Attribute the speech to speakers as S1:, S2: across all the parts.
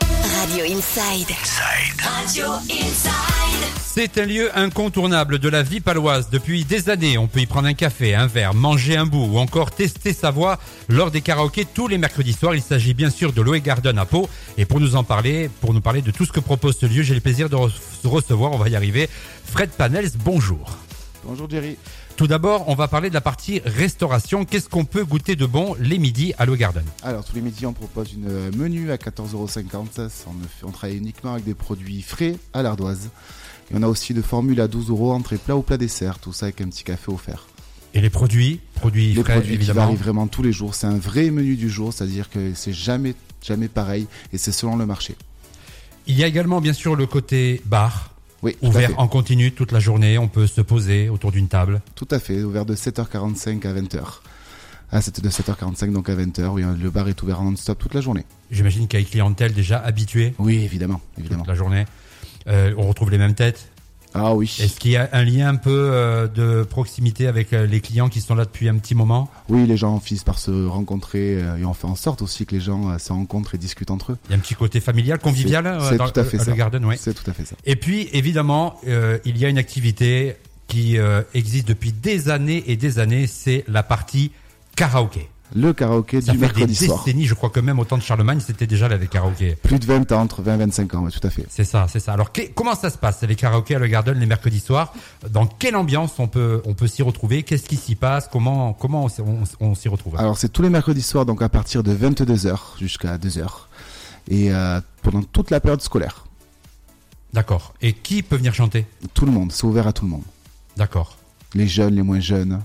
S1: Radio Inside. Radio Inside.
S2: C'est un lieu incontournable de la vie paloise. Depuis des années, on peut y prendre un café, un verre, manger un bout ou encore tester sa voix lors des karaokés tous les mercredis soirs. Il s'agit bien sûr de l'Oe Garden à Pau. Et pour nous en parler, pour nous parler de tout ce que propose ce lieu, j'ai le plaisir de re- recevoir, on va y arriver, Fred Panels. Bonjour.
S3: Bonjour Jerry.
S2: Tout d'abord, on va parler de la partie restauration. Qu'est-ce qu'on peut goûter de bon les midis à l'Oe Garden
S3: Alors tous les midis on propose une euh, menu à 14,50€. Ça, On, ne fait- on travaille uniquement avec des produits frais à l'ardoise. Et on a aussi de formules à 12 euros entrée plat ou plat dessert, tout ça avec un petit café offert.
S2: Et les produits Produits
S3: Les
S2: frais,
S3: produits qui
S2: évidemment.
S3: varient vraiment tous les jours, c'est un vrai menu du jour, c'est-à-dire que c'est jamais jamais pareil et c'est selon le marché.
S2: Il y a également bien sûr le côté bar,
S3: Oui, tout à fait.
S2: ouvert en continu toute la journée, on peut se poser autour d'une table.
S3: Tout à fait, ouvert de 7h45 à 20h. Ah, c'était de 7h45 donc à 20h, oui, le bar est ouvert en non-stop toute la journée.
S2: J'imagine qu'il y a une clientèle déjà habituée
S3: Oui, évidemment,
S2: toute
S3: évidemment.
S2: la journée. Euh, on retrouve les mêmes têtes.
S3: Ah oui.
S2: Est-ce qu'il y a un lien un peu euh, de proximité avec euh, les clients qui sont là depuis un petit moment
S3: Oui, les gens finissent par se rencontrer euh, et on fait en sorte aussi que les gens euh, se rencontrent et discutent entre eux.
S2: Il y a un petit côté familial, convivial euh,
S3: c'est
S2: dans
S3: tout à fait
S2: euh,
S3: ça.
S2: le garden, ouais.
S3: C'est tout à fait ça.
S2: Et puis, évidemment, euh, il y a une activité qui euh, existe depuis des années et des années, c'est la partie karaoké.
S3: Le karaoké
S2: Ça fait
S3: du
S2: des
S3: mercredi soir.
S2: décennies, je crois que même au temps de Charlemagne, c'était déjà là les karaokés.
S3: Plus de 20 ans, entre 20 et 25 ans, ouais, tout à fait.
S2: C'est ça, c'est ça. Alors, que- comment ça se passe les karaokés à Le Garden les mercredis soirs Dans quelle ambiance on peut on peut s'y retrouver Qu'est-ce qui s'y passe Comment comment on, s'y- on- on s'y retrouve
S3: Alors, c'est tous les mercredis soirs, donc à partir de 22h jusqu'à 2h. Et euh, pendant toute la période scolaire,
S2: D'accord. Et qui peut venir chanter
S3: tout le monde, c'est ouvert à tout le monde.
S2: D'accord.
S3: Les jeunes, les moins jeunes,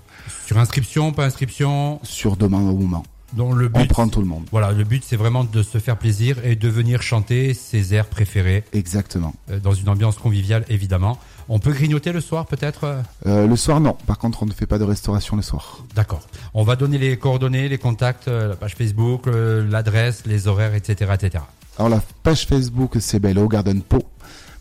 S2: Sur inscription, pas inscription,
S3: sur demande au moment.
S2: dans le
S3: On
S2: but.
S3: prend tout le monde.
S2: Voilà, le but c'est vraiment de se faire plaisir et de venir chanter ses airs préférés
S3: Exactement.
S2: euh, dans une ambiance conviviale évidemment. On peut grignoter le soir peut-être euh
S3: Euh, le soir, non. Par contre, on ne fait pas de restauration le soir.
S2: D'accord. On va donner les coordonnées, les contacts, euh, la page Facebook, euh, l'adresse, les horaires, etc., etc.
S3: Alors la page Facebook c'est Bello Garden Po.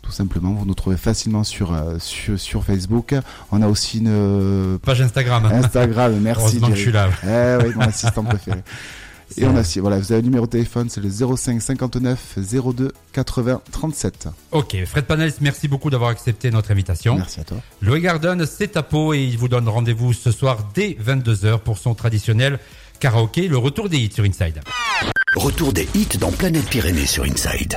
S3: Tout simplement, vous nous trouvez facilement sur, euh, sur, sur Facebook. On a aussi une euh,
S2: Page Instagram.
S3: Instagram, merci.
S2: Heureusement que je suis
S3: Jerry.
S2: là.
S3: Eh oui, mon assistant préféré. Et on a si voilà, vous avez le numéro de téléphone, c'est le 05 59 02 80 37.
S2: Ok, Fred Panels, merci beaucoup d'avoir accepté notre invitation.
S3: Merci à toi.
S2: Loé Garden, c'est à Pau et il vous donne rendez-vous ce soir dès 22h pour son traditionnel karaoké, le retour des hits sur Inside.
S4: Retour des hits dans Planète Pyrénées sur Inside.